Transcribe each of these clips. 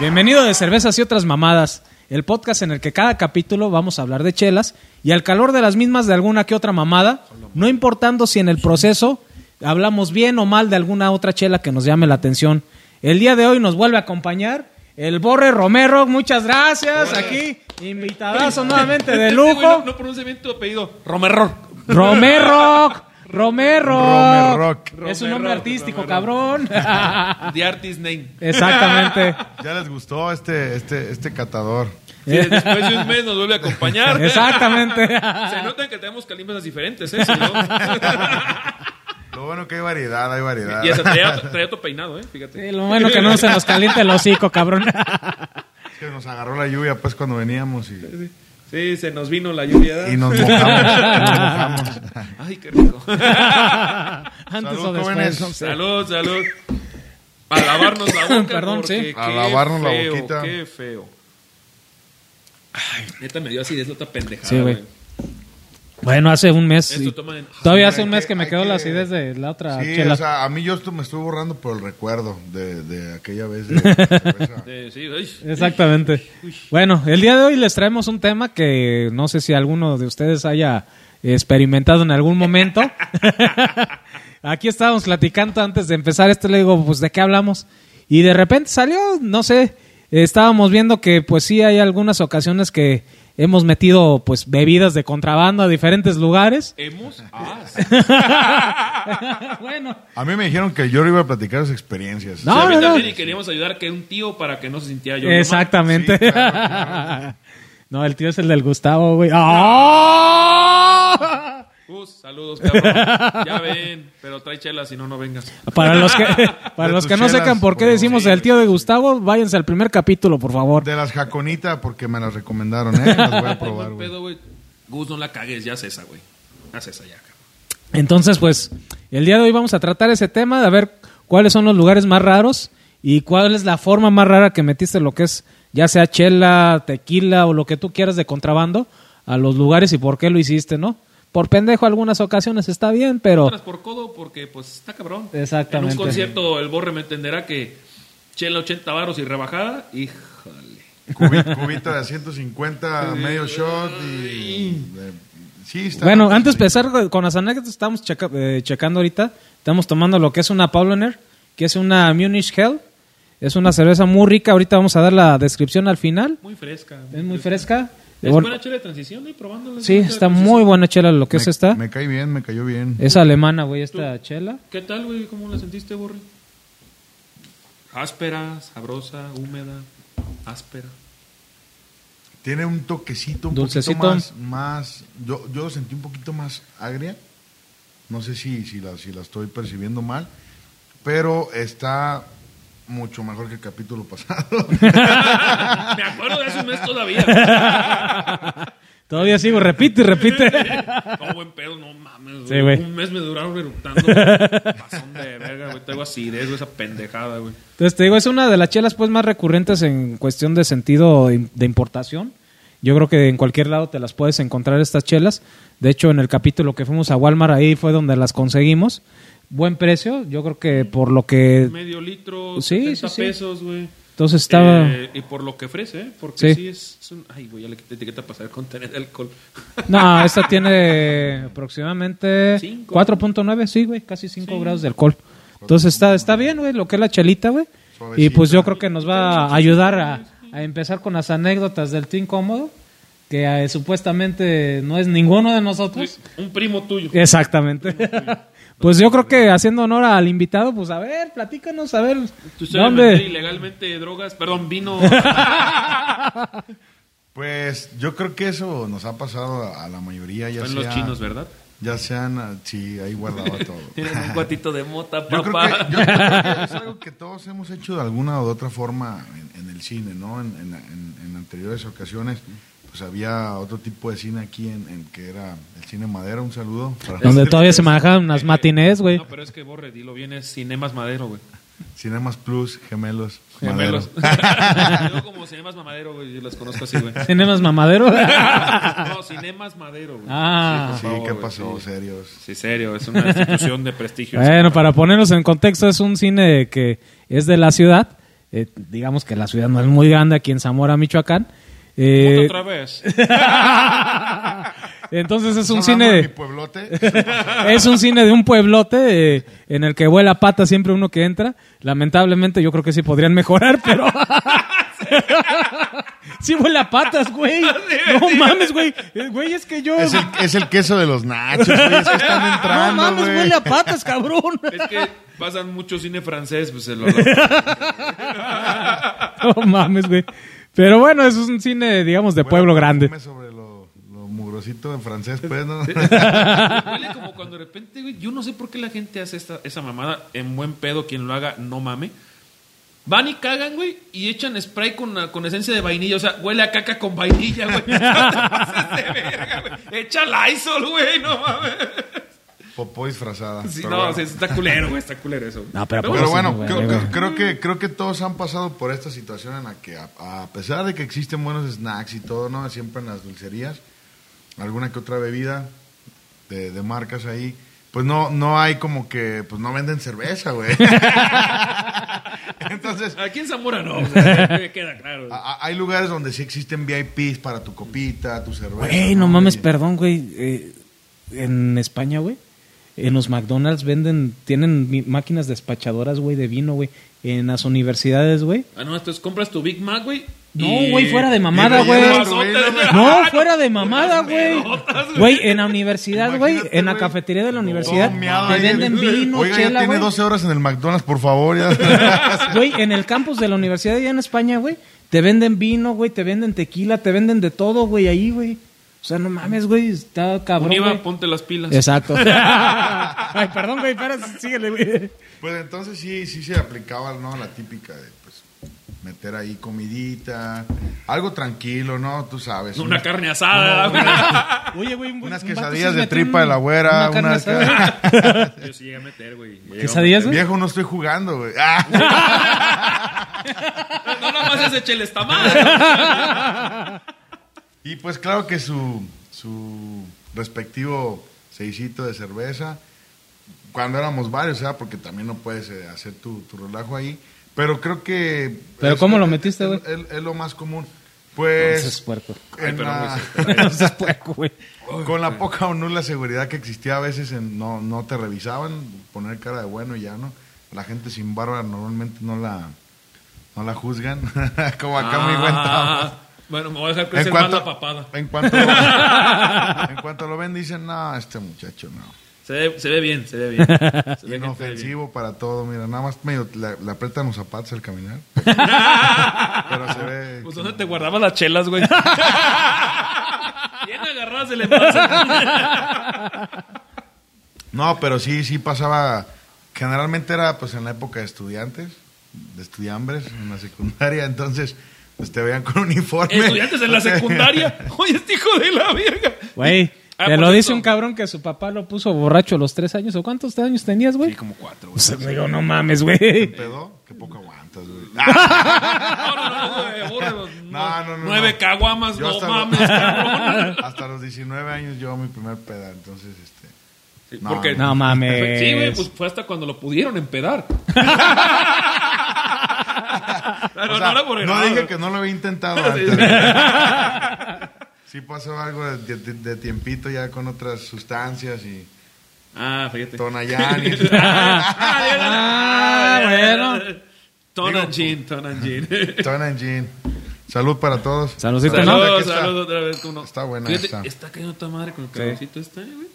Bienvenido de Cervezas y otras mamadas, el podcast en el que cada capítulo vamos a hablar de chelas y al calor de las mismas de alguna que otra mamada, no importando si en el proceso hablamos bien o mal de alguna otra chela que nos llame la atención. El día de hoy nos vuelve a acompañar el Borre Romero, muchas gracias, aquí invitadazo nuevamente de Este güey no- lujo. No pronuncia bien tu apellido. Romero. Romero, Romero. Romerrock. Es un nombre artístico, cabrón. The artist name. Exactamente. Ya les gustó este, este, este catador. Sí, después de un mes nos vuelve a acompañar. Eh. Exactamente. Se notan que tenemos calimbas diferentes, ¿eh? Si no- Lo bueno que hay variedad, hay variedad. y hasta traía, traía tu peinado, ¿eh? Fíjate. Sí, lo bueno que no se nos caliente el hocico, cabrón. Es que nos agarró la lluvia pues cuando veníamos y, Sí, se nos vino la lluvia. y nos mojamos. nos mojamos. Ay, qué rico. Antes Salud, o jóvenes. después. Salud, salud. A lavarnos la boca. Perdón, porque sí. qué A lavarnos la feo, boquita. Qué feo. Ay, neta me dio así de otra pendejada. Sí, güey. güey. Bueno, hace un mes. Esto sí. toma en- Todavía Hay hace un mes que- que me hay quedó que- la acidez de la otra Sí, chela. o sea, a mí yo esto me estuve borrando por el recuerdo de, de aquella vez. de- de cerveza. Eh, sí, ay. Exactamente. Bueno, el día de hoy les traemos un tema que no sé si alguno de ustedes haya experimentado en algún momento. Aquí estábamos platicando antes de empezar esto, le digo, pues de qué hablamos. Y de repente salió, no sé, estábamos viendo que pues sí hay algunas ocasiones que hemos metido pues bebidas de contrabando a diferentes lugares. Hemos. Ah, bueno, A mí me dijeron que yo le iba a platicar sus experiencias. No, Sí, a mí no, no. también, y queríamos ayudar que un tío para que no se sintiera yo. Exactamente. Sí, claro, no, el tío es el del Gustavo, güey. ¡Ah! Gus, saludos, cabrón. Ya ven, pero trae chela, si no, no vengas. Para los que, para De los tus que no chelas, sepan por qué por decimos favor. el tío de Gustavo, váyanse al primer capítulo, por favor. De las jaconita porque me las recomendaron, ¿eh? Las voy Tengo a probar, un güey. pedo, güey. Gus, no la cagues, ya es esa, güey. Haz esa ya, cabrón. Entonces, pues, el día de hoy vamos a tratar ese tema de a ver cuáles son los lugares más raros y cuál es la forma más rara que metiste lo que es, ya sea chela, tequila o lo que tú quieras de contrabando a los lugares y por qué lo hiciste, ¿no? Por pendejo algunas ocasiones está bien, pero... Otras por codo, porque pues está cabrón. Exactamente. En un concierto, el borre me entenderá que chela 80 varos y rebajada, híjole. Cubi- cubito de 150, medio shot y... eh, sí, está Bueno, antes de empezar con las anécdotas, estamos checa- eh, checando ahorita. Estamos tomando lo que es una Paulaner, que es una Munich Hell. Es una cerveza muy rica. Ahorita vamos a dar la descripción al final. Muy fresca. Es muy fresca. Es Bueno, buena chela de transición, ¿eh? Probándola. sí, es está buena chela de muy buena chela lo que Eh. me, es esta. Me cae bien, me cayó bien. Es alemana, güey, esta chela. transición. ¿Qué tal, güey? ¿Cómo la sentiste, borre? Áspera, sabrosa, húmeda, áspera. Tiene un toquecito un Dulcecito. poquito más, más yo, yo lo sentí un poquito más agria. No sé si, si, la, si la estoy percibiendo mal, pero está mucho mejor que el capítulo pasado. Me acuerdo de hace un mes todavía. güey. ¿eh? Todavía sigo, repite y repite. No, buen pedo, no mames. Sí, güey. güey. Un mes me duraron eructando. güey. Pasón de verga, güey. Tengo acidez, güey, esa pendejada, güey. Entonces te digo, es una de las chelas pues más recurrentes en cuestión de sentido im- de importación. Yo creo que en cualquier lado te las puedes encontrar estas chelas. De hecho, en el capítulo que fuimos a Walmart ahí fue donde las conseguimos. Buen precio, yo creo que por lo que Medio litro, Sí, 70 sí, sí. pesos, güey. entonces estaba Eh, y por lo que ofrece, ¿eh? Porque Sí. sí, es, es un... Ay, güey, ya le quité etiqueta para saber contener de alcohol. No, esta tiene aproximadamente Cinco. 4.9, sí, güey, casi 5 grados de alcohol. Entonces está está bien, güey, lo que es la chelita, güey. Y pues yo creo que nos va a ayudar a, a empezar con las anécdotas del Team Cómodo, que eh, supuestamente no es ninguno de nosotros. Un primo tuyo. Exactamente. Pues yo creo que haciendo honor al invitado, pues a ver, platícanos, a ver, Tú sabes vender ¿dónde? ilegalmente drogas, perdón, vino. Pues yo creo que eso nos ha pasado a, a la mayoría. Ya Son sea- los chinos, ¿verdad? Ya sean, ah, sí, ahí guardaba todo. Tienen un cuatito de mota, Yo creo, papá. que, yo creo que es algo que todos hemos hecho de alguna u otra forma en, en el cine, ¿no? En, en- en- en anteriores ocasiones, pues había otro tipo de cine aquí en, en que era el cine Madera, un saludo. para- Donde todavía se manejan unas matinés, güey. No, pero es que borre, dilo bien, es Cinemas Madero, güey. Cinemas Plus, Gemelos, Gemelos. Madero. Yo como Cinemas Mamadero, güey, yo las conozco así, güey. Cinemas mamadero. No, Cinemas Madero, güey. Ah. Sí, por favor, ¿qué güey, pasó? Sí. Serios. Sí, serio, es una Eh, institución de prestigio. Bueno, para ponernos en contexto, es un cine que es de la ciudad, eh, digamos que la ciudad no es muy grande aquí en Zamora, Michoacán. Eh, Otra vez. entonces es ¿Estás un hablando cine de de- mi pueblote? es un cine de un pueblote eh, en el que vuela pata siempre uno que entra. Lamentablemente yo creo que sí podrían mejorar, pero... sí vuela patas, güey. No mames, güey. Eh, Güey, es que yo... es, el, es el queso de los nachos, güey. Es que están No entrando, mames, güey. huele a patas, cabrón. Es que pasan mucho cine francés, pues se lo No mames, güey. Pero bueno, es un cine, digamos, de pueblo grande. Come sobre lo, lo mugrosito en francés, pues, ¿no? Huele como cuando de repente, güey, yo no sé por qué la gente hace esta, esa mamada en buen pedo, quien lo haga, no mame. Van y cagan, güey, y echan spray con, con esencia de vainilla. O sea, huele a caca con vainilla, güey. No te pases de verga, güey. Echa Lysol, güey, no mames. Popó disfrazada. Sí, pero no, bueno. o sea, está culero, güey, está culero eso. No, pero Pero Sí, bueno, güey, creo, güey. creo- creo que, creo que todos han pasado por esta situación en la que, a, a pesar de que existen buenos snacks y todo, ¿no? Siempre en las dulcerías, alguna que otra bebida de, de marcas ahí, pues no, no hay como que, pues no venden cerveza, güey. Entonces, Aquí en Zamora no, o sea, me queda claro. a- a- hay lugares donde sí existen VIPs para tu copita, tu cerveza. Güey, no mames, Y- perdón, güey. Eh, en España, güey, en los McDonald's venden, tienen mi- máquinas despachadoras, güey, de vino, güey. En las universidades, güey. Ah, no, entonces compras tu Big Mac, güey. No, y- güey, fuera de mamada, y güey. rellenas tu vasote de- No, fuera de mamada, güey. pedotas, güey. Güey, en la universidad, güey, Imagínate, en la güey. cafetería de la universidad, Todo meado te ahí. venden vino, Oiga, ya chela, tiene güey. 12 horas en el McDonald's, por favor. Ya. Güey, en el campus de la universidad allá en España, güey, te venden vino, güey, te venden tequila, te venden de todo, güey, ahí, güey. O sea, no mames, güey, está cabrón. Univa, güey. ponte las pilas. Exacto. Ay, perdón, güey, espera, síguele, güey. Pues entonces sí, sí se aplicaba, ¿no? La típica de, pues, meter ahí comidita, algo tranquilo, ¿no? Tú sabes. Una unas- carne asada, güey. Oye, güey, un buen- Unas un vato quesadillas sí de metió tripa de la güera, carne unas- asada. Yo sí llegué a meter, güey. ¿Quesadillas, güey? Viejo, no estoy jugando, güey. Ah, Ah, No, nada más es de chile esta madre. y pues claro que su, su respectivo seisito de cerveza, cuando éramos varios, ¿sabes? Porque también no puedes eh, hacer tu, tu relajo ahí. Pero creo que... ¿Pero cómo lo metiste, güey? Es, es- es lo más común. Ese es Pues... puerco. Ay, en perdón, la- güey, sí. Ese es puerco, güey. Con la poca o nula seguridad que existía a veces, en- no, no te revisaban, poner cara de bueno y ya, ¿no? La gente sin barba normalmente no la, no la juzgan, como acá muy buen Ah, Tabas. Bueno, me voy a dejar crecer más la papada. en, cuanto lo, en cuanto lo ven, dicen, no, este muchacho no. Se ve, se ve bien, se ve bien. Se ve que se ve bien. Inofensivo para todo, mira, nada más medio le, le aprietan los zapatos al caminar. Pero se ve. Pues ¿dónde te guardabas las chelas, güey? bien agarradas el envase. No, pero sí, sí pasaba. Generalmente era pues en la época de estudiantes, de estudiambres en la secundaria, entonces pues te veían con uniforme. Estudiantes en la secundaria. Oye, este hijo de la verga. Güey, Ah, te por lo dice cierto. un cabrón que su papá lo puso borracho a los tres años. ¿O cuántos años tenías, güey? Sí, como cuatro, O güey. sea, digo, no mames, güey. Pedo, qué poco aguantas, güey. Ah, No, no, no, güey, aburre, No, no, no, Nueve no. caguamas, Yo no hasta- mames, cabrón. hasta los 19 años yo mi primer peda, entonces este. Sí, No, porque- No mames. Sí, güey, pues fue hasta cuando lo pudieron empedar. Pero o no sea, lo por el no lado, dije güey. que no lo había intentado Sí, antes. sí. Sí pasó algo de, de- de tiempito ya con otras sustancias y Ah, fíjate. Tonayán y Ah, bueno. Tona Jean, Tona Jean. Tonan Gin. Salud para todos. Saludcita, ¿no? Salud. Saludos, Está- saludos otra vez. ¿cómo no? está buena Fíjate, esta. Está cayendo toda madre con el calorcito este, güey.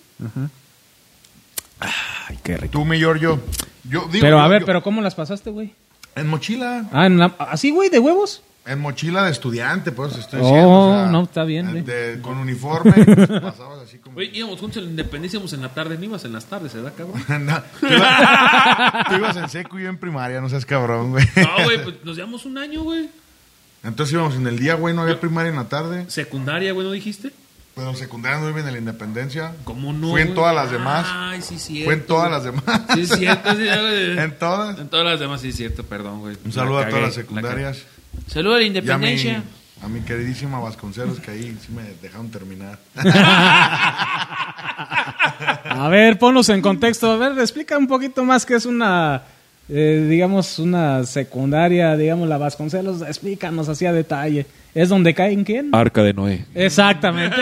Ay, qué rico. Tú, mi Giorgio. Yo digo, Pero a yo- ver, yo- pero ¿cómo las pasaste, güey? En mochila. Ah, en la- así, güey, de huevos. En mochila de estudiante, por eso estoy Oh, diciendo. o sea, no, está bien, eh, güey. de- con uniforme. pues, pasabas así como. Güey, íbamos juntos a la independencia, íbamos en la tarde, no ibas en las tardes, ¿verdad, cabrón? No, tú, ibas, tú ibas en seco y yo en primaria, no seas cabrón, güey. No, güey, pues nos llevamos un año, güey. Entonces íbamos en el día, güey, no había primaria en la tarde. Secundaria, güey, ¿no dijiste? Pero secundaria no iba en la independencia. ¿Cómo no? Fue en güey? todas las demás. Ay, sí, cierto. Fue en todas güey. las demás. Sí, es cierto, sí, güey. En todas. En todas las demás, sí, es cierto, perdón, güey. Un La saludo a cagué, todas las la secundarias. cagué. Saludo a la Y a mi, independencia. a mi queridísima Vasconcelos, que ahí sí me dejaron terminar. A ver, ponlos en contexto. A ver, explica un poquito más qué es una eh, digamos, una secundaria, digamos, la Vasconcelos, explícanos así a detalle. ¿Es donde caen quién? Arca de Noé. Exactamente.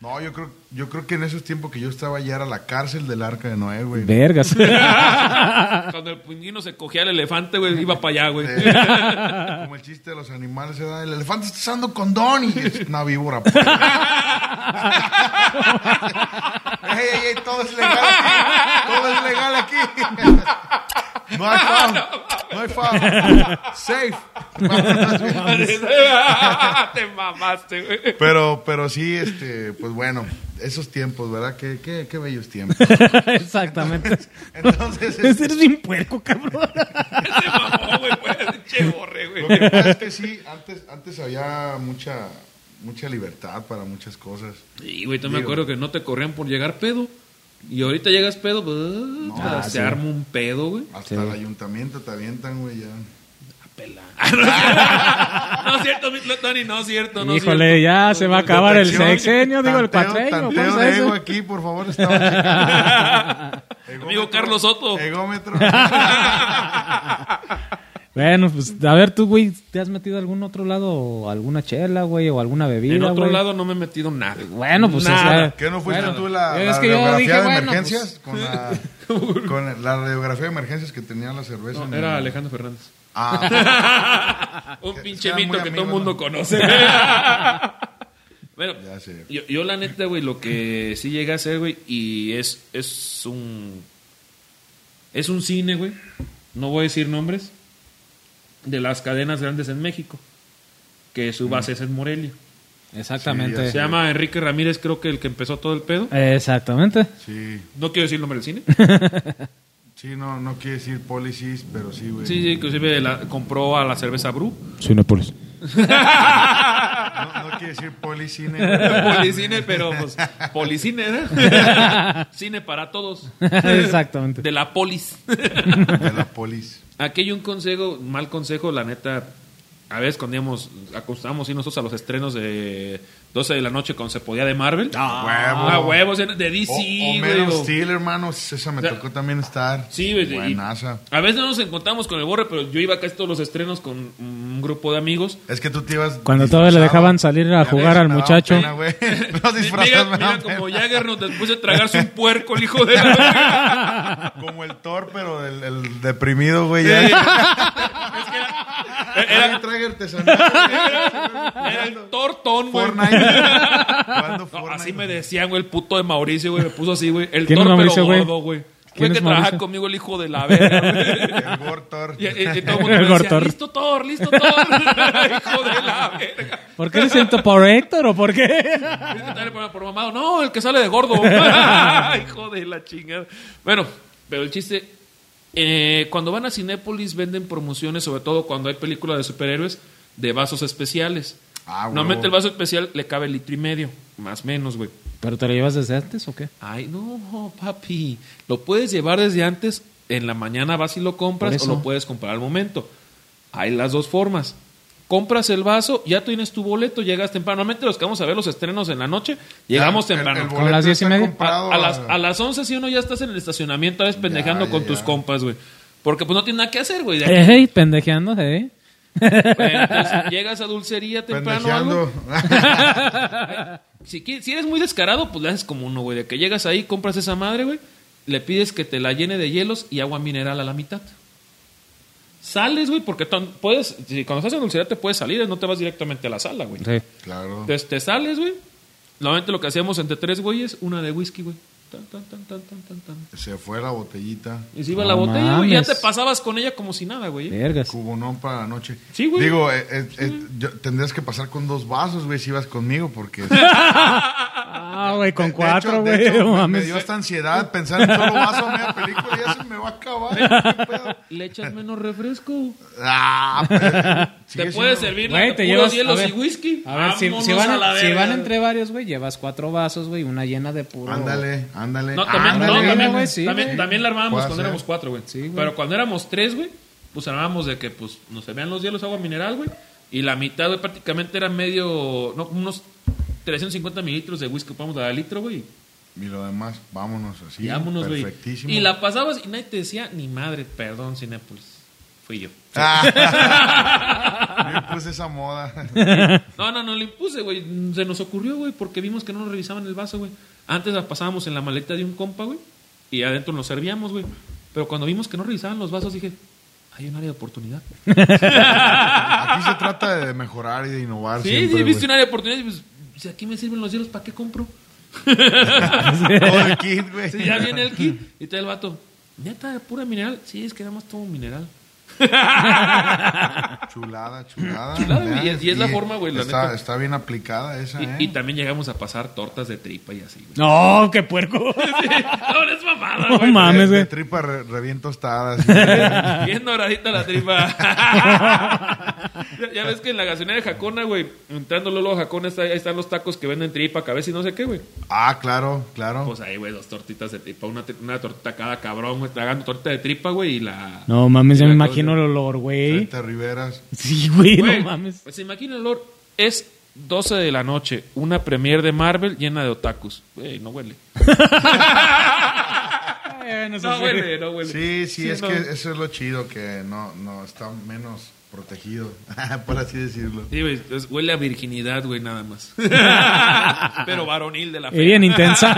No, yo creo, yo creo que en esos tiempos que yo estaba ya era la cárcel del Arca de Noé, güey. Vergas. Cuando el pingüino se cogía al elefante, güey, iba para allá, güey. Como el chiste de los animales, ¿verdad? el elefante está usando condón y es una víbora. pues. p- ey, ey, ey, todo es legal aquí. Todo es legal aquí. No hay foul. No hay foul. Safe. Te mamaste, güey. Pero, pero sí, este, pues bueno, esos tiempos, ¿verdad? Qué, qué, qué bellos tiempos. Exactamente. Entonces, este, Eres bien puerco, cabrón. Te mamó, güey, güey. Che borre, este, Lo güey. que pasa es que sí, antes, antes había mucha, mucha libertad para muchas cosas. Y, güey, tú me acuerdo que no te corrían por llegar pedo. Y ahorita llegas pedo, pues, Ah, se sí. arma un pedo, güey. Hasta el ayuntamiento te avientan, güey, ya. Pela. Ah, no es cierto, mi Tony, no es cierto. No es Híjole, cierto. ya se va a acabar el Protección, sexenio, digo, el tanteo, cuatrenio. Tanteo ¿cómo se de dice? ego aquí, por favor, estaba checando. Egómetro, Carlos Soto. Egómetro. Bueno, pues a ver tú, güey, ¿te has metido a algún otro lado, alguna chela, güey, o alguna bebida? En otro güey? lado no me he metido nada. güey. Bueno, pues Nada. o sea, ¿Qué no fuiste bueno, tú la, es la que yo radiografía dije, de bueno, pues. emergencias? Con, la, con la radiografía de emergencias que tenía la cerveza. en No, el- era Alejandro Fernández. Ah, Un Que pinche sean muy mito que todo el amigos, mundo ¿no? conoce. bueno, Ya sé. yo, yo la neta, güey, lo que sí llegué a hacer, güey, y es, es un... Es un cine, güey. No voy a decir nombres. De las cadenas grandes en México. Que su base es en Morelia. Exactamente. Sí, Se llama Enrique Ramírez, creo que el que empezó todo el pedo. Exactamente. sí. No quiero decir el nombre del cine. Sí, no, no quiere decir policies, pero sí, güey. Sí, sí, inclusive la, compró a la cerveza Bru. Cinepolis. No, no quiere decir policine. Policine, pero pues policine, ¿verdad? Cine para todos. Exactamente. De la polis. De la polis. Aquí hay un consejo, mal consejo, la neta. A veces cuando íbamos, acostábamos y nosotros a los estrenos de 12 de la noche cuando se podía de Marvel. Ah, huevo. A huevos, de de DC, O, o ah, güey, menos o- Steel, hermano. Esa me O sea, tocó también estar. Sí, güey. y- Buenaza. A veces no nos encontramos con el borre, pero yo iba casi todos los estrenos con un grupo de amigos. Es que tú te ibas. Cuando todavía le disfrazado. dejaban salir a Ya jugar ves, al me daba muchacho. pena, güey. Los Mira, disfrazados me mira daban como pena. Jagger nos después de tragarse un puerco, el hijo de la... Como el Thor, pero el, el deprimido, güey. Sí. ya. Es que era- Ay, trae artesanal. güey. Era el tortón, güey. Fortnite. Jugando No, Fortnite. así me decían, güey, el puto de Mauricio, güey. Me puso así, güey. El ¿Quién es tortón pero Mauricio, güey? gordo, güey. ¿Quién Güey que es trabaja Mauricio? conmigo el hijo de la verga, güey. El Gore Thor. Y, y- y todo el mundo me El decía, Gortor. listo Thor, listo Thor. hijo de la verga. ¿Por qué le siento por Héctor o por qué? Es que tal, por, por mamado. No, el que sale de gordo. hijo de la chingada. Bueno, pero el chiste... eh, cuando van a Cinépolis venden promociones, sobre todo cuando hay películas de superhéroes, de vasos especiales. Ah, huevo. Normalmente el vaso especial le cabe litro y medio, más o menos, güey. ¿Pero te lo llevas desde antes o qué? Ay, no, papi. Lo puedes llevar desde antes. En la mañana vas y lo Por compras o eso. lo puedes comprar al momento. Hay las dos formas. Compras el vaso, ya tienes tu boleto, llegas temprano. Normalmente los que vamos a ver los estrenos en la noche, llegamos El- el temprano. boleto las diez y está media. a, comprado a las, a las 11 si uno ya estás en el estacionamiento, a veces pendejando ya, con tus ya. compas, güey. Porque pues no tiene nada que hacer, güey. De aquí- Ey, pendejeando, eh. Bueno, entonces, llegas a dulcería temprano o algo. Pendejeando. Si, qui- si eres muy descarado, pues le haces como uno, güey. De que llegas ahí, compras esa madre, güey. Le pides que te la llene de hielos y agua mineral a la mitad. Sales, güey, porque tan- puedes. si- cuando estás en dulcería te puedes salir, no te vas directamente a la sala, güey. Sí. Claro. Entonces te sales, güey. Normalmente lo que hacíamos entre tres güeyes, una de whisky, güey. Tan, tan, tan, tan, tan, tan, tan. Se fue la botellita. Y se iba No la botella, güey. y Ya mames. te pasabas con ella como si nada, güey. Vergas. Cubonón para la noche. Sí, güey. Digo, eh, eh, eh, yo- tendrías que pasar con dos vasos, güey, si ibas conmigo, porque. Ah, güey, con De cuatro, hecho- de güey. hecho, no me- mames. Me dio esta ansiedad pensar en solo vaso media película y eso me va a acabar. ¿qué pedo? Le echas menos refresco. Ah, pero- te sigue puedes siendo- servir Güey, te de puros llevas a hielos ver, y whisky. A ver, si, si Vámonos van, a la si verga. van entre varios, güey, llevas cuatro vasos, güey, una llena de puro. Ándale, ándale. No, también, ándale. no, también, güey, sí, también, güey. también la armábamos Puede cuando ser. éramos cuatro, güey. Sí, güey. Pero cuando éramos tres, güey, pues armábamos de que pues nos servían los hielos agua mineral, güey. Y la mitad, güey, prácticamente era medio, no, unos 350 mililitros de whisky, ocupamos de litro, güey. Y lo demás, vámonos así. Y vámonos, güey. perfectísimo. Y la pasabas y nadie te decía, ni madre, perdón, Cinépolis. Fui yo. Ah, yo puse esa moda. No, no, no le impuse, güey. Se nos ocurrió, güey, porque vimos que no nos revisaban el vaso, güey. Antes la pasábamos en la maleta de un compa, güey. Y adentro nos servíamos, güey. Pero cuando vimos que no revisaban los vasos, dije, hay un área de oportunidad. Aquí se trata de mejorar y de innovar. Sí, siempre, sí, viste güey. un área de oportunidad. y Pues, si aquí me sirven los hielos, ¿para qué compro? Todo el kit, güey. Sí, ya viene el kit y te el vato. Neta, pura mineral. Sí, es que nada más tomo mineral. Chulada, chulada. Chulada, ¿verdad? y es- y es la forma, güey, la Está, neta. está bien aplicada esa, ¿eh? Y, y también llegamos a pasar tortas de tripa y así, güey. No, qué puerco. No, no es mamada, No güey. De- mames, de güey. tripa re, re bien tostada. así, güey. Bien doradita la tripa. ya, ya ves que en la gasolinera de Jacona, güey, entrando Lolo a Jacona, está- ahí están los tacos que venden tripa, cabeza y no sé qué, güey. ah, claro, claro. Pues ahí, güey, dos tortitas de tripa, una, tri- una tortita cada cabrón, güey, tragando tortita de tripa, güey, y la... No mames, ya me y la imagino el olor, güey. Rita Riveras. Sí, güey, Güey, no mames. Pues imagina el olor. Es 12 de la noche, una premier de Marvel llena de otakus. Güey, no huele. No huele, no huele. Sí, sí, es no. que eso es lo chido, que no, no está menos protegido, por así decirlo. Sí, güey, es- huele a virginidad, güey, nada más. Pero varonil de la Y bien intensa.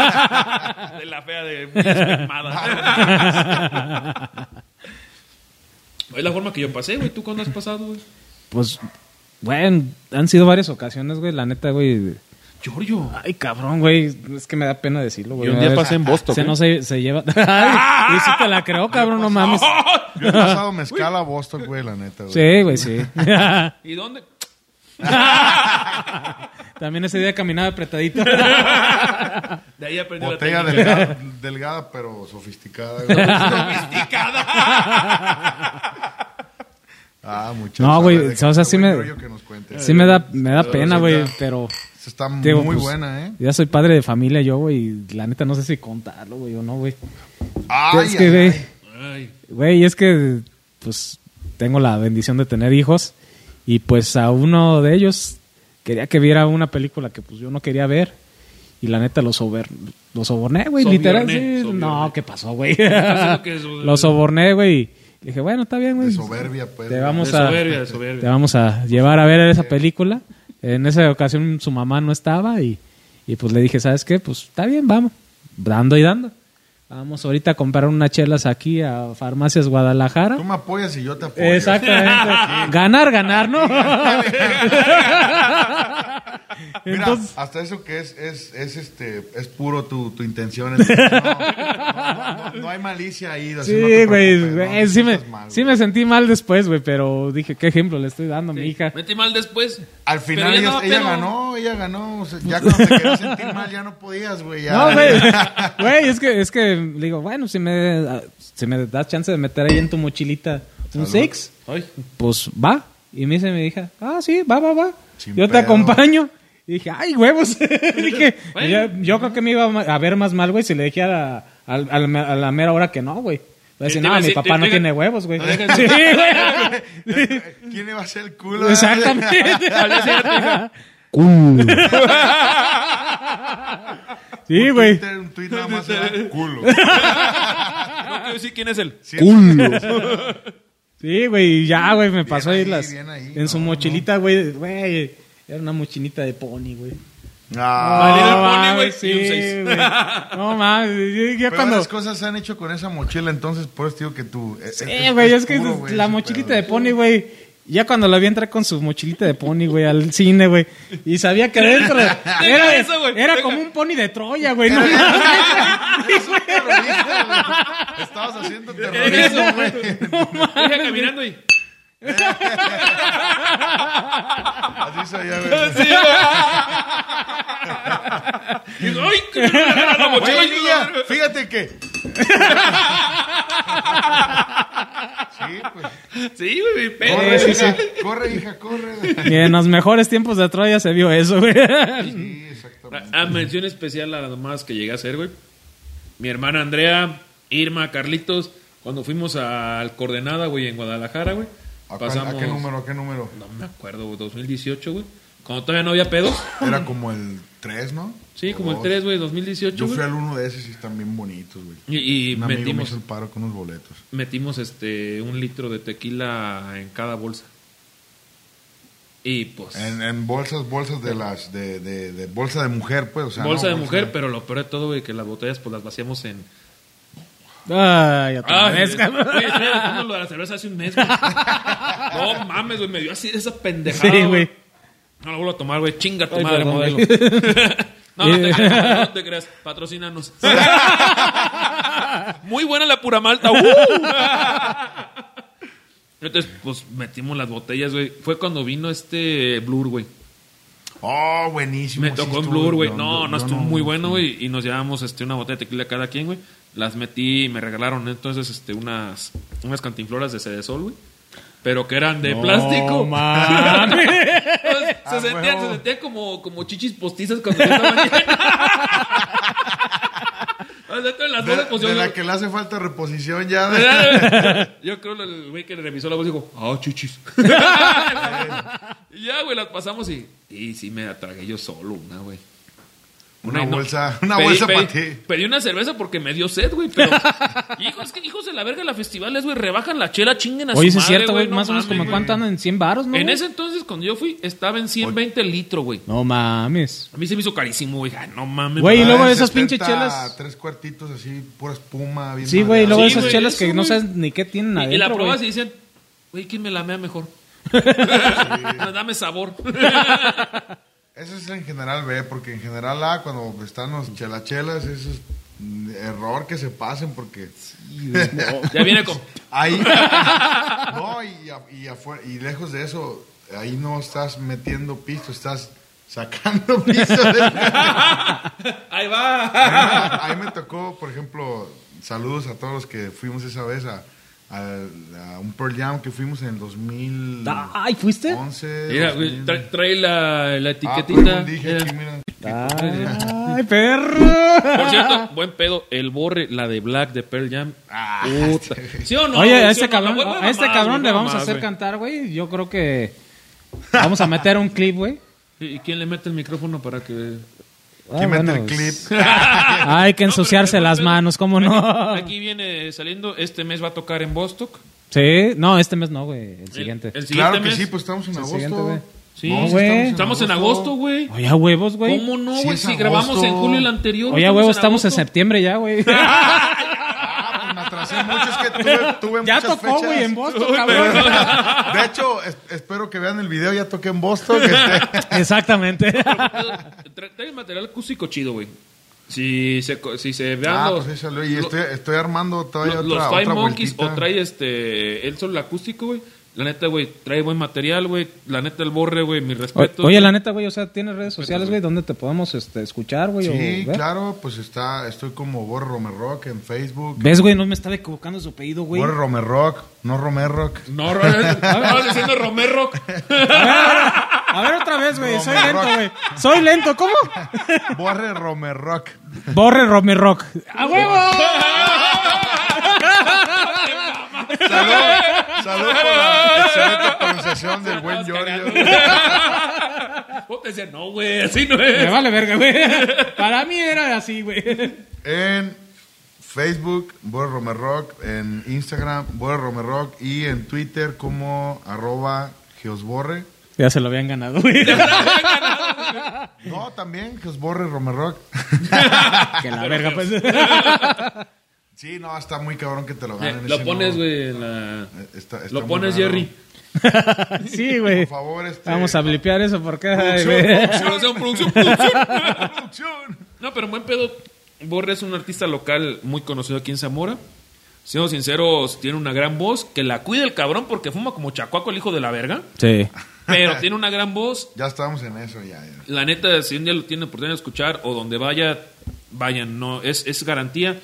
de la fea de muy desfemada. Es la forma que yo pasé, güey. ¿Tú cuándo has pasado, güey? Pues, bueno, han sido varias ocasiones, güey. La neta, güey. Giorgio. Ay, cabrón, güey. Es que me da pena decirlo, güey. Yo un Una día vez pasé en Boston, ¿eh? Se güey. no se, se lleva. Ay, y si te la creo, cabrón, no mames. ¡Oh! Yo he pasado mezcal a Boston, güey, la neta, güey. Sí, güey, sí. ¿Y dónde? También ese día caminaba apretadito. De ahí aprendí Botella la técnica. delgada, delgada, pero sofisticada, güey. Ah, muchachos. No, güey, o sea, sí me- que nos cuente. Sí me da, me da pena, sí, güey, ya. pero... Esa Está digo, muy pues, buena, ¿eh? Ya soy padre de familia yo, güey, y la neta no sé si contarlo, güey, o no, güey. Ay, es que, ay, güey, ay. Ay, güey, es que, pues, tengo la bendición de tener hijos y, pues, a uno de ellos quería que viera una película que, pues, yo no quería ver y la neta lo, sober, lo soborné, güey, Sobiorné, literal. sí. sobiorné. No, ¿qué pasó, güey? pasó que sobiorné? lo soborné, güey. y Le dije, bueno, está bien, güey. De soberbia, pues. Te vamos de a... soberbia, de Te soberbia. vamos a llevar a ver esa película. En esa ocasión su mamá no estaba y, y pues le dije, ¿sabes qué? Pues está bien, vamos. Dando y dando. Vamos ahorita a comprar unas chelas aquí a Farmacias Guadalajara. Tú me apoyas y yo te apoyo. Exactamente. ganar, ganar, ¿no? Mira, Entonces, hasta eso que es, es, es este, es puro tu, tu intención. entonces, no, no, no, no hay malicia ahí. así no sí, te güey. preocupes, güey, no, sí, no me, estás mal, sí me güey. sentí mal después, güey, pero dije, ¿qué ejemplo le estoy dando a mi hija? Metí mal después. Al final Pero ya ella, estaba ella pedo. ganó, ella ganó. o sea, ya cuando te querías sentir mal, ya no podías, güey. ya. No, güey. Güey, es que, es que le digo, bueno, si me, ah, si me das chance de meter ahí en tu mochilita un six, Ay. pues va. Y me dice mi hija, ah, sí, va, va, va. Sin yo pedo. te acompaño. Y dije, ay, huevos. dije, Bueno. ya- yo, creo que me iba a ma- a ver más mal, güey, si le dije a la, al- al- a la mera hora que no, güey. Va a Sí, decir, te no, iba a mi decir, papá te- no te- tiene huevos, güey. No dejes- Sí, güey. ¿Quién le va a hacer el culo? Exactamente. sí, Un güey. Twitter- Un tweet nada más era culo. No quiero decir quién es él. Sí, Sí, güey, y ya, güey, me pasó ahí ahí, las. bien ahí. En su No, mochilita, güey, güey. Era una mochilita de pony, güey. Ah, Valieron No, el pony, mames, güey, sí, y un seis. güey. No mames, yo- ya pero cuando. las cosas se han hecho con esa mochila, entonces por eso te digo que tú. eh, Eh, güey, es que puro, güey, la ese mochilita pedo. de pony, güey. Ya cuando la vi entrar con su mochilita de pony, güey, al cine, güey. Y sabía que dentro de- era, eso, güey, era deja. como un pony de Troya, güey. No mames. Sos terrorista, güey. Estabas haciendo terrorismo, eso, güey. Ella caminando y. Así soy yo, güey. Sí, güey. Y, Ay, que me agarra la mochila. Oye, niña, Y- fíjate que. Sí, pues. Sí, güey, pero. Corre, sí, hija, corre, hija, corre. Y en los mejores tiempos de Troya se vio eso, güey. Sí, exactamente. A Ah, mención especial a las más que llegué a hacer, güey. Mi hermana Andrea, Irma, Carlitos, cuando fuimos al Coordenada, güey, en Guadalajara, güey. ¿A, cuál- a Pasamos. qué número? ¿A qué número? No me acuerdo, güey, 2018, güey. Cuando todavía no había pedos. Era como el 3, ¿no? Sí, O como el dos. 3, güey, 2018, Oh. Yo fui güey. al uno de esos y están bien bonitos, güey. Y, y Un amigo me metimos, hizo el paro con unos boletos. metimos este un litro de tequila en cada bolsa. Y pues. En, en bolsas, bolsas de las. De, de, de bolsa de mujer, pues. O sea, bolsa de no, mujer, pero lo peor de todo, güey, que las botellas pues las vaciamos en. Ay, otra Ay, vez, güey, cabrón. no lo de la cerveza hace un mes, güey. No mames, güey, me dio así esa pendejada. Sí, güey. güey. No lo vuelvo a tomar, güey. Chinga tu Ay, madre, perdón, modelo. güey. no, no te creas, no te creas. Patrocínanos. Muy buena la pura malta. ¡uh! Entonces, pues metimos las botellas, güey. Fue cuando vino este Blur, güey. Oh, buenísimo. Me sí tocó en estuvo- Blur, güey. yo- No, yo- no yo estuvo muy bueno, güey. Y nos llevamos este, una botella de tequila cada quien, güey. Las metí y me regalaron entonces este, unas, unas cantinfloras de Cedesol, güey. Pero que eran de plástico. mames. Entonces, se, Ah, sentían, huevo. se sentían como, como chichis postizas cuando yo estaba ahí. O sea, todas las De, cosas, pues, de yo- la que le hace falta reposición ya. de- yo creo que el güey que le revisó la voz dijo, ah, chichis. y ya, güey, las pasamos y. Y sí, me atragué yo solo una, güey. Una y bolsa- una bolsa pedí- pa' ti. Pedí una cerveza porque me dio sed, güey. Pero. hijo, es que hijos de la verga, las festivales, güey, rebajan la chela, chinguen a Oye, sí su es madre, cierto, güey. no Más o menos mames, como güey. cuánto andan en 100 varos, ¿no? En güey? ese entonces, cuando yo fui, estaba en 120 litros, güey. No mames. A mí se me hizo carísimo, güey. Ay, no mames. Güey, Y Ah, luego de esas pinche 70, chelas. Tres cuartitos así, pura espuma. Bien Sí, güey. y madreada. Luego Sí, esas güey, chelas eso, que no güey. sabes ni qué tienen Y- adentro, Y la güey. pruebas y dicen, güey, ¿quién me lamea mejor? Ah, Dame sabor. Eso es en general B, porque en general A, cuando están los chelachelas, eso es mm, error que se pasen, porque ya viene con. ahí. no, y, a- y, afuera- y lejos de eso, ahí no estás metiendo pisto, estás sacando pisto. de- Ahí va. ahí me tocó, por ejemplo, saludos a todos los que fuimos esa vez a, a- a un Pearl Jam que fuimos en el 2011. Ay, ¿fuiste? Mira, güey, 2000. trae, trae la, la Ah, etiquetita. eh. perdón, dije, Mira. sí, mira. Ah, Ay, perro. Por cierto, buen pedo. El borre, la de Black de Pearl Jam. Ah, Puta. ¿Sí o no? Oye, güey? a ¿Sí este o no? cabrón, La buena a este mamá, cabrón güey, le vamos a mamá, hacer güey. cantar, güey. Yo creo que vamos a meter un clip, güey. ¿Y y quién le mete el micrófono para que.? Ah, ¿Quién mete bueno, el pues, clip? Hay que No, pero ensuciarse es buen las pedo. manos, ¿cómo no? Aquí viene saliendo. Este mes va a tocar en Bostock. Sí, no, este mes no, güey. El El- siguiente. El, siguiente Claro que mes. sí, pues estamos en siguiente, güey. agosto. Sí, No, güey. Estamos en agosto, güey. Oye, a huevos, güey. ¿Cómo no, Sí, güey? es si grabamos agosto. en julio el anterior. Oye, a huevos, estamos en agosto. septiembre ya, güey. Ah, pues me atrasé mucho, es que tuve, tuve ya tocó, muchas fechas. güey, en Boston, cabrón. De hecho, es- espero que vean el video, ya toqué en Boston. este, Exactamente. Tra- Trae material acústico chido, güey. Si se, co- si se vean ah, los, pues ahí salió. Y lo- estoy, estoy armando todavía lo- los otra, Five otra Monkeys vueltita. o trae este, el solo acústico, güey. La neta, güey, trae buen material, güey. La neta, el borre, güey, mi respeto. Oye, la neta, güey, o sea, ¿tienes redes sociales, güey, donde te podemos este, escuchar, güey? o Sí, ver? claro, pues está, estoy como Borre Romerrock en Facebook. ¿Ves, güey? No me estaba equivocando su pedido, güey. Borre Romerrock, no Romerrock. No, Ro- estaba diciendo Romero. A ver otra vez, güey. Soy Romerrock. lento, güey. Soy lento, ¿cómo? Borre Romerrock. Borre Romerrock. ¡A huevo! Salud, salud por la excelente pronunciación del buen Giorgio. Vos te decías, no, güey, así no Me es. vale verga, güey. Para mí era así, güey. En Facebook, Borre Romerrock. En Instagram, Borre Romerrock. Y en Twitter, como arroba Geosborre. Ya se lo habían ganado, güey. No, también Geosborre Romerrock. que la verga, pues. Sí, no, está muy cabrón que te lo ganen. Lo ese pones, no- güey, en la... Eh, está- está Lo muy pones, raro. Jerry. sí, güey. Por favor, este. Vamos a blipear eso porque... ay, Producción, güey. Producción, producción, producción. producción. No, pero buen pedo. Borre es un artista local muy conocido aquí en Zamora. Siendo sinceros, tiene una gran voz. Que la cuida el cabrón porque fuma como chacuaco el hijo de la verga. Sí. Pero tiene una gran voz. Ya estábamos en eso, ya. ya. La neta, si un día lo tienen oportunidad de escuchar o donde vaya, vayan. No, es, es garantía.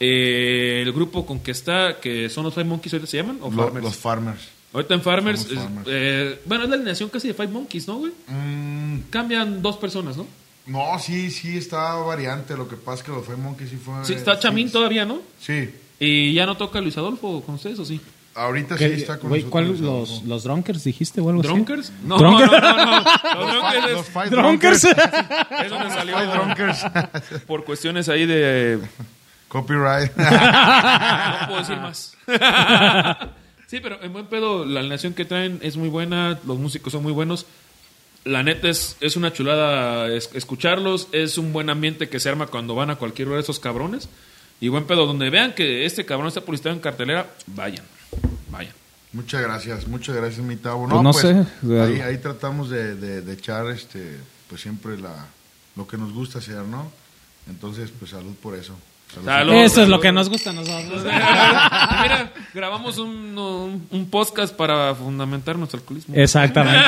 Eh, el grupo con que está, que son los Five Monkeys, ¿ahorita se llaman? ¿O Lo- Farmers? los farmers. Ahorita en Farmers. Somos es- Farmers. eh, bueno, es la alineación casi de Five Monkeys, ¿no, güey? Mm, Cambian dos personas, ¿no? no, sí, sí, está variante. Lo que pasa es que los Fue Monkey sí fue. Sí, está Chamín todavía, ¿no? Sí. Y ya no toca Luis Adolfo con ustedes, ¿o sí? ahorita sí ¿Qué- está con güey, nosotros. ¿cuál? el los, Adolfo. los Drunkers dijiste o algo así? ¿Drunkers? No, ¿Drunkers? no, no, no. Los Drunkers es- Los Fight ¿Drunkers? es donde salió Fight Drunkers. por cuestiones ahí de... Copyright. No puedo decir más. sí, pero en buen pedo, la alineación que traen es muy buena, los músicos son muy buenos. La neta es, es una chulada es- escucharlos, es un buen ambiente que se arma cuando van a cualquier lugar esos cabrones. Y buen pedo, donde vean que este cabrón está publicitado en cartelera, vayan, vayan. muchas gracias, muchas gracias, mi Tavo. Pues no sé, Ahí, de- ahí tratamos de, de- de echar este, pues siempre la, lo que nos gusta hacer, ¿no? Entonces, pues salud por eso. Salud. Eso es lo que nos gusta a nosotros. Mira, grabamos un, un- un podcast para fundamentar nuestro alcoholismo. Eh. Exactamente.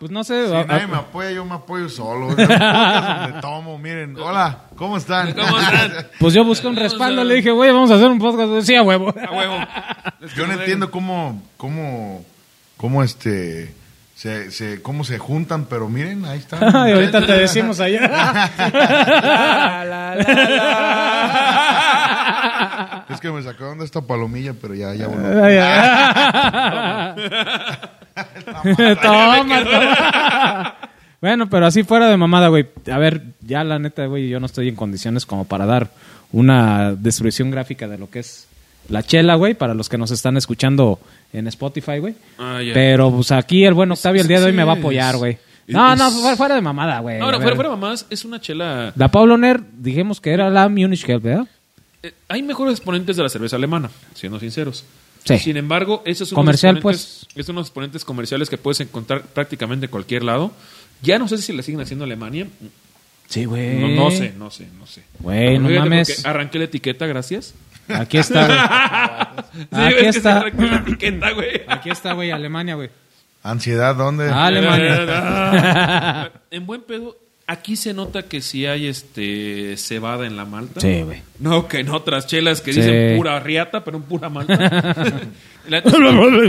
Pues no sé. Si a- nadie a- me apoya, yo me apoyo solo. Es un podcast donde tomo, miren. Hola, ¿cómo están? ¿Cómo están? pues yo busqué un Vamos respaldo, a- le dije, güey, vamos a hacer un podcast. Sí, a huevo. A huevo. Es que Yo no den- entiendo cómo, cómo, cómo este, se, se, cómo se juntan, pero miren, ahí están. Y ahorita te decimos allá. Es que me sacaron de esta palomilla, pero ya, ya voló. Ay, ay. Toma, toma. Bueno, pero así fuera de mamada, güey. A ver, ya la neta, güey, yo no estoy en condiciones como para dar una descripción gráfica de lo que es la chela, güey, para los que nos están escuchando en Spotify, güey. Ah, ya. Pero pues aquí el buen Octavio el día de hoy me va a apoyar, es- güey. No, es- no, fuera- fuera de mamada, güey. Ahora, Eh, A fuera, ver. fuera mamás, es una chela... La Pablo Ner, dijimos que era la Munich Help, ¿verdad? Eh, hay mejores exponentes de la cerveza alemana, siendo sinceros. Sí. Sin embargo, esos son Comercial, pues. unos exponentes- Es unos exponentes comerciales que puedes encontrar prácticamente en cualquier lado. Ya no sé si la siguen haciendo Alemania. Sí, güey. No, no sé, no sé, no sé. Eh. Güey, no Fíjate, mames. porque Arranqué la etiqueta, gracias. Aquí está, güey. Sí, Aquí ves que está. se arranqué la etiqueta, güey. Aquí está, güey, Alemania, güey. Ansiedad, ¿dónde? Ah, Alemania. en buen pedo, aquí se nota que si hay este cebada en la malta. Sí, güey. No, que en otras chelas que Sí. dicen pura riata, pero en pura malta. La- Es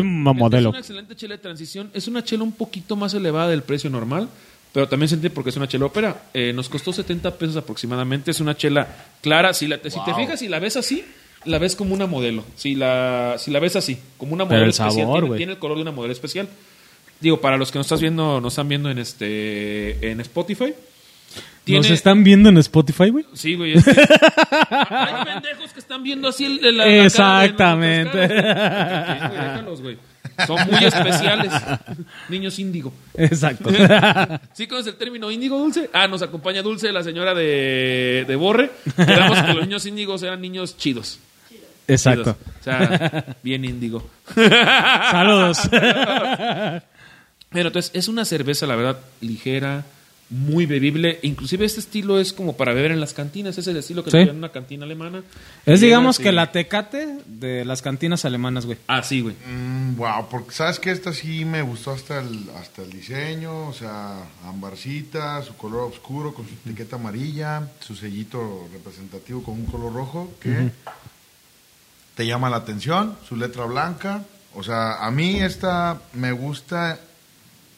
Modelo. una excelente chela de transición. Es una chela un poquito más elevada del precio normal, pero también se entiende porque es una chela ópera. Eh, nos costó 70 pesos aproximadamente. Es una chela clara. Si, la, si te fijas, si la ves así, la ves como una modelo. Si la, si la ves así, como una Pero modelo el especial. sabor, tiene, güey. tiene el color de una modelo especial. Digo, para los que nos estás viendo, nos están viendo en este en Spotify. ¿Nos están viendo en Spotify, güey? Sí, güey. es que- Hay pendejos que están viendo así el, el- la- la cara de las otras Exactamente. caras. Ok, güey, déjalos, güey. Son muy especiales. Niños índigo. Exacto. ¿Sí conoces el término índigo dulce? Ah, nos acompaña Dulce, la señora de, de Borre. Quedamos que los niños índigos eran niños chidos. chidos. Exacto. O sea, bien índigo. Saludos. Bueno, entonces es una cerveza, la verdad, ligera, muy bebible. Inclusive este estilo es como para beber en las cantinas. Es el estilo que Sí. se en una cantina alemana. Es digamos Llegas y- que la tecate de las cantinas alemanas, güey. Ah, sí, güey. Mm, wow, porque sabes que esta sí me gustó hasta el, hasta el diseño, o sea, ambarcita, su color oscuro con su etiqueta amarilla, su sellito representativo con un color rojo que te llama la atención, su letra blanca, o sea, a mí esta me gusta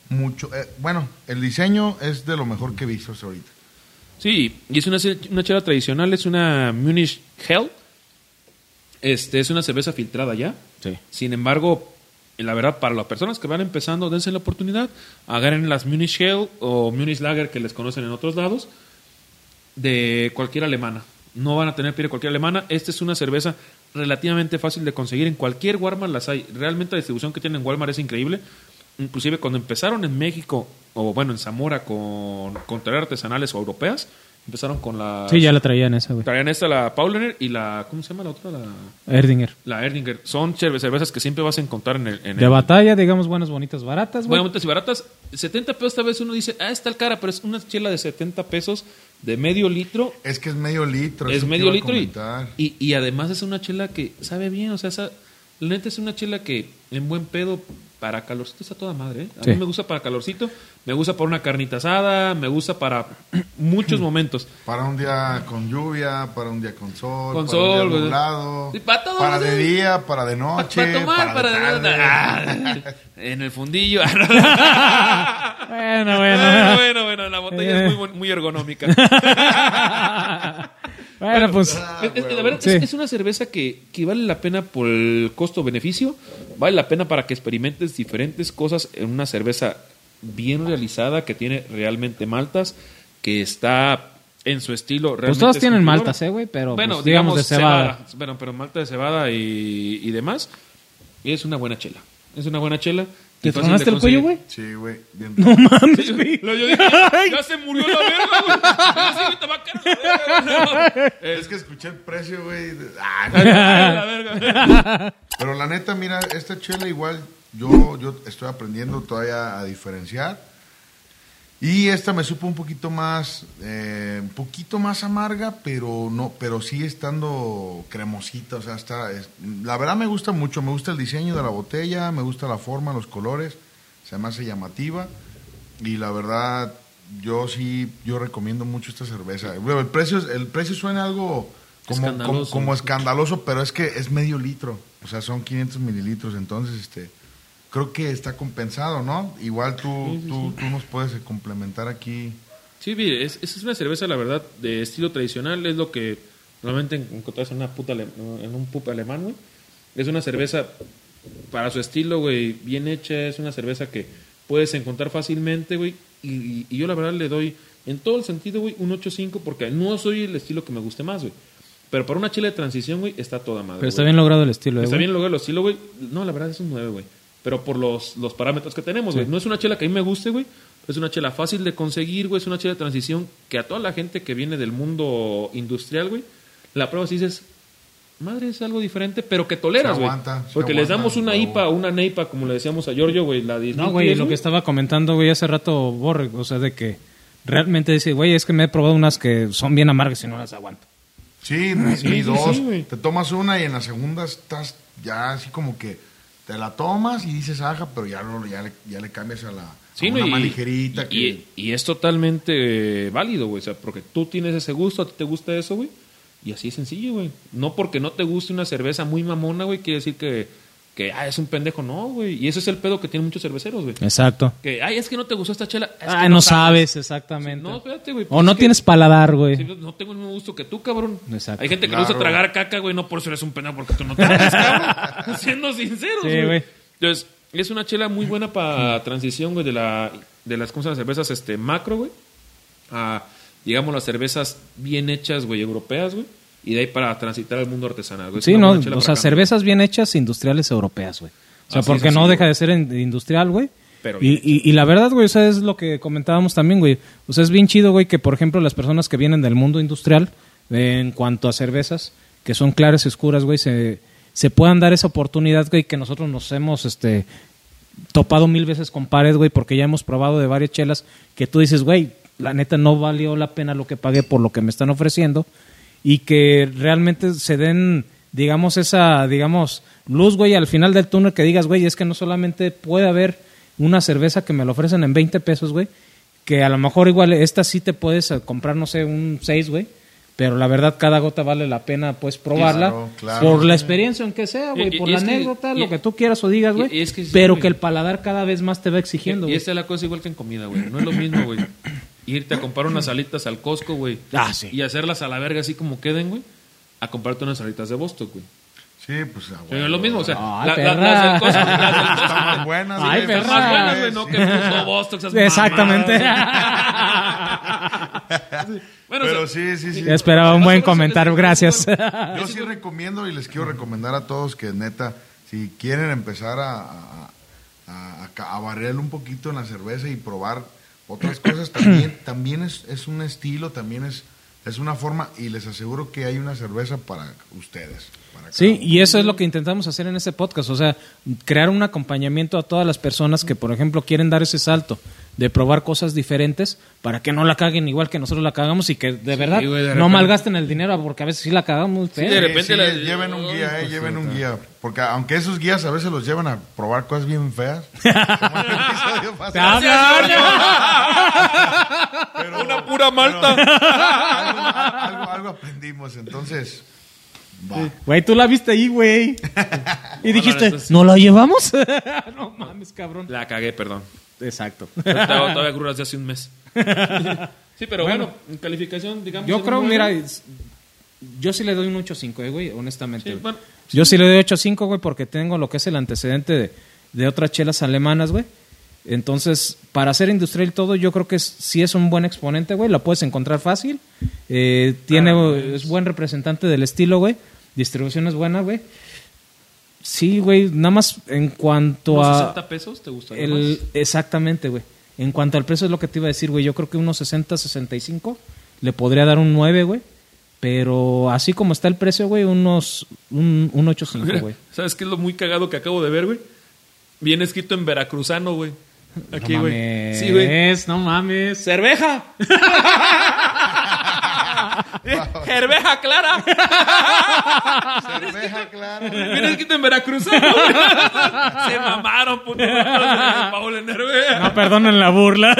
mucho, eh, bueno, el diseño es de lo mejor que he visto hasta ahorita. Sí, y es una, ce- una chela tradicional, es una Munich Hell. Este, es una cerveza filtrada ya. Sí. Sin embargo, la verdad, para las personas que van empezando, dense la oportunidad, agarren las Munich Hell o Munich Lager que les conocen en otros lados, de cualquier alemana. No van a tener pie de cualquier alemana. Esta es una cerveza relativamente fácil de conseguir. En cualquier Walmart las hay. Realmente la distribución que tienen en Walmart es increíble. Inclusive cuando empezaron en México, o bueno, en Zamora, con, con traer artesanales o europeas, empezaron con la... Sí, ya la traían esa, güey. Traían esta, la Paulaner, y la... ¿Cómo se llama la otra? La, Erdinger. la Erdinger. Son cerve- cervezas que siempre vas a encontrar en el... En De el- batalla, digamos, buenas, bonitas, baratas, bueno, güey. muchas y baratas. 70 pesos, tal vez uno dice, ah, está el cara, pero es una chela de 70 pesos de medio litro Es que es medio litro. es eso te medio iba a litro y, comentar. y, y además es una chela que sabe bien, o sea, esa, la neta es una chela que en buen pedo para calorcito está toda madre. ¿eh? A Sí. mí me gusta para calorcito, me gusta para una carnita asada, me gusta para muchos momentos. Para un día con lluvia, para un día con sol, Con para un día sol, güey. nublado, Sí, para todo, para sí. de día, para de Pa- noche, para tomar, para, de tarde. Ah, en el fundillo. Ah, no. Bueno, bueno, bueno. Ah, bueno, bueno, la botella es muy, buen- muy ergonómica. Bueno, pues. Es- es- la verdad, es, Sí. es una cerveza que, que vale la pena por el costo-beneficio, vale la pena para que experimentes diferentes cosas en una cerveza bien realizada, que tiene realmente maltas, que está en su estilo realmente. Pues todas tienen escultura. maltas, ¿eh, güey? Pero Bueno, pues, digamos, digamos de cebada. Bueno, pero malta de cebada y, y demás. Es una buena chela. Es una buena chela. ¿Te y fácil de tronaste el cuello, güey? conseguir. Sí, güey. Bien. No mames, güey. Lo- yo dije, ya, ya se murió la verga, güey. Ya se me te va a caer la verga, güey. Eh, Es que escuché el precio, güey. Ah, ay, la verga. Pero la neta, mira, esta chela igual yo, yo estoy aprendiendo todavía a diferenciar. Y esta me supo un poquito más, eh, un poquito más amarga, pero no, pero sí estando cremosita, o sea, está, es- la verdad me gusta mucho, me gusta el diseño de la botella, me gusta la forma, los colores, se me hace llamativa y la verdad yo sí, yo recomiendo mucho esta cerveza. Bueno, el precio, es- el precio suena algo como Escandaloso. como- como escandaloso, pero es que es medio litro. O sea, son 500 mililitros. Entonces, este, creo que está compensado, ¿no? Igual tú, tú, tú nos puedes eh, complementar aquí. Sí, mire, es, es una cerveza, la verdad, de estilo tradicional. Es lo que normalmente encontrás en, una puta ale- en un pub alemán, güey. Es una cerveza para su estilo, güey, bien hecha. Es una cerveza que puedes encontrar fácilmente, güey. Y, y yo, la verdad, le doy, en todo el sentido, güey, un 8.5 porque no soy el estilo que me guste más, güey. Pero para una chela de transición, güey, está toda madre. Pero está güey. bien logrado el estilo, eh, Está güey. bien logrado el estilo, güey. No, la verdad es un 9, güey. Pero por los, los parámetros que tenemos, güey. No es una chela que a mí me guste, güey. Es una chela fácil de conseguir, güey. Es una chela de transición que a toda la gente que viene del mundo industrial, güey, la prueba si dices, madre, es algo diferente, pero que toleras, Se güey. aguanta, se Porque les aguanta, damos una por IPA o una NEIPA, como le decíamos a Giorgio, güey, la de No, güey, 1010, lo que estaba comentando, güey, hace rato Borre, o sea, de que realmente dice, güey, es que me he probado unas que son bien amargas y no las aguanto. Sí, ni sí, dos. sí, güey. te tomas una y en la segunda estás ya así como que te la tomas y dices, ajá, pero ya, no- ya, le, ya le cambias a la Sí, a ¿no? una Y- más ligerita. y- que- y, y es totalmente eh, válido, güey. O sea, porque tú tienes ese gusto, a ti te gusta eso, güey. Y así es sencillo, güey. No porque no te guste una cerveza muy mamona, güey, quiere decir que, que ah, es un pendejo. No, güey. Y ese es el pedo que tienen muchos cerveceros, güey. Exacto. Que, ay, es que no te gustó esta chela. Es Ah, que no sabes, exactamente. No, espérate, güey. O pues no es que- tienes paladar, Sí, pues, güey. No tengo el mismo gusto que tú, cabrón. Exacto. Hay gente que le Claro. gusta tragar caca, güey. No por eso eres un pendejo, porque tú no tragas, cabrón. Siendo sinceros, Sí, güey. güey. Entonces, es una chela muy buena para transición, güey, de, la, de las, ¿cómo se llama? cervezas este, macro, güey. A, digamos, las cervezas bien hechas, güey, europeas, güey. Y de ahí para transitar al mundo artesanal, güey. Es Sí, una no, buena chela o para sea, acá. cervezas bien hechas industriales europeas, güey. O sea, Así es, porque así no es, deja güey. de ser in- industrial, güey. Pero Y, bien y, y la verdad, güey, o sea, es lo que comentábamos también, güey. O sea, es bien chido, güey, que por ejemplo las personas que vienen del mundo industrial, eh, en cuanto a cervezas, que son claras y oscuras, güey, se, se puedan dar esa oportunidad, güey, que nosotros nos hemos, este, topado mil veces con pared, güey, porque ya hemos probado de varias chelas que tú dices, güey, la neta no valió la pena lo que pagué por lo que me están ofreciendo y que realmente se den, digamos, esa, digamos, luz, güey, al final del túnel que digas, güey, es que no solamente puede haber una cerveza que me la ofrecen en 20 pesos, güey, que a lo mejor igual esta sí te puedes eh, comprar, no sé, un 6, güey. Pero la verdad, cada gota vale la pena, pues, probarla. Claro, claro. por la experiencia, aunque sea, Y- güey. y- Por y la es que- anécdota, y- lo que tú quieras o digas, Y- güey. y es que sí, pero güey. que el paladar cada vez más te va exigiendo, Y güey. esta es la cosa igual que en comida, güey. No es lo mismo, güey. Irte a comprar unas alitas al Costco, güey. Ah, sí. Y hacerlas a la verga así como queden, güey. A comprarte unas alitas de Boston, güey. Sí, pues ah, Pero güey. es lo mismo, o sea, Ay, la- la- perra. las del Costco, las del Costco, Están más buenas. Ay, güey, perra. más buenas, güey, no Sí. que puso Boston, esas Exactamente. mamadas. Bueno, o sea, Pero sí, sí, sí. Esperaba un Nosotros buen siempre comentario, gracias. estamos Yo sí recomiendo y les quiero recomendar a todos que neta, si quieren empezar a, a, a- a ca- a barrerle un poquito en la cerveza y probar otras cosas, también, también es, es un estilo, también es, es una forma y les aseguro que hay una cerveza para ustedes. Para cada Sí, uno. y eso es lo que intentamos hacer en este podcast, o sea, crear un acompañamiento a todas las personas que, por ejemplo, quieren dar ese salto de probar cosas diferentes para que no la caguen igual que nosotros la cagamos y que de verdad güey, de no repente- malgasten el dinero porque a veces sí la cagamos. feo. de Sí, repente sí, la- lleven un guía, eh, Ay, lleven un guía. Porque aunque esos guías a veces los llevan a probar cosas bien feas. como en el episodio pasado. ¡Te hablan! Pero- Una pura malta. pero algo, algo- algo aprendimos, entonces. va. Güey, tú la viste ahí, güey. Y dijiste, esto sí. ¿no la llevamos? no mames, cabrón. La cagué, perdón. Exacto. Estaba todavía gruras de hace un mes. Sí, pero bueno, en calificación, digamos. Yo en creo, un mira, nueve. es- Yo sí le doy un 8.5, eh, güey, honestamente. Sí, güey. bueno, Yo sí le doy 8.5, güey, porque tengo lo que es el antecedente de, de otras chelas alemanas, güey. Entonces, para ser industrial y todo, yo creo que es- sí es un buen exponente, güey. La puedes encontrar fácil. Eh, tiene, Ah, güey, es buen representante del estilo, güey. Distribución es buena, güey. Sí, güey, nada más en cuanto ¿unos a... 60 pesos te gustaría El, más? exactamente, güey. En cuanto al precio es lo que te iba a decir, güey. Yo creo que unos 60, 65 le podría dar un 9, güey. Pero así como está el precio, güey, unos un, un 8.5, Mira, güey. ¿Sabes qué es lo muy cagado que acabo de ver, güey? Viene escrito en veracruzano, güey. Aquí, no güey. mames, sí, güey. no mames. ¡Cerveja! ¡Cerveja clara! Cerveja, claro. Viene escrito en veracruzano, güey. Se mamaron, puto. Paul en cerveja. No perdonen la burla.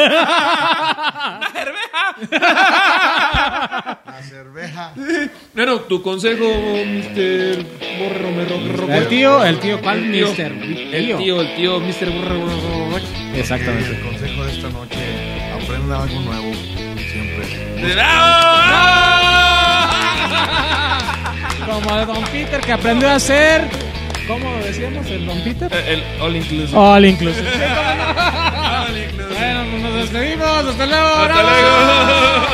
¡Una cerveja! ah. La cerveja. Bueno, tu consejo, Mr. Borre Romero. El tío, el tío, ¿cuál El tío. mister? El tío, el tío, Mr. Borre Romero. Que Exactamente. eh, El consejo de esta noche, aprenda algo nuevo siempre. Como el Don Peter que aprendió a hacer. ¿Cómo decíamos el Don Peter? El el all inclusive. All inclusive. All inclusive. Bueno, pues nos despedimos. Hasta luego. Hasta bravo. luego.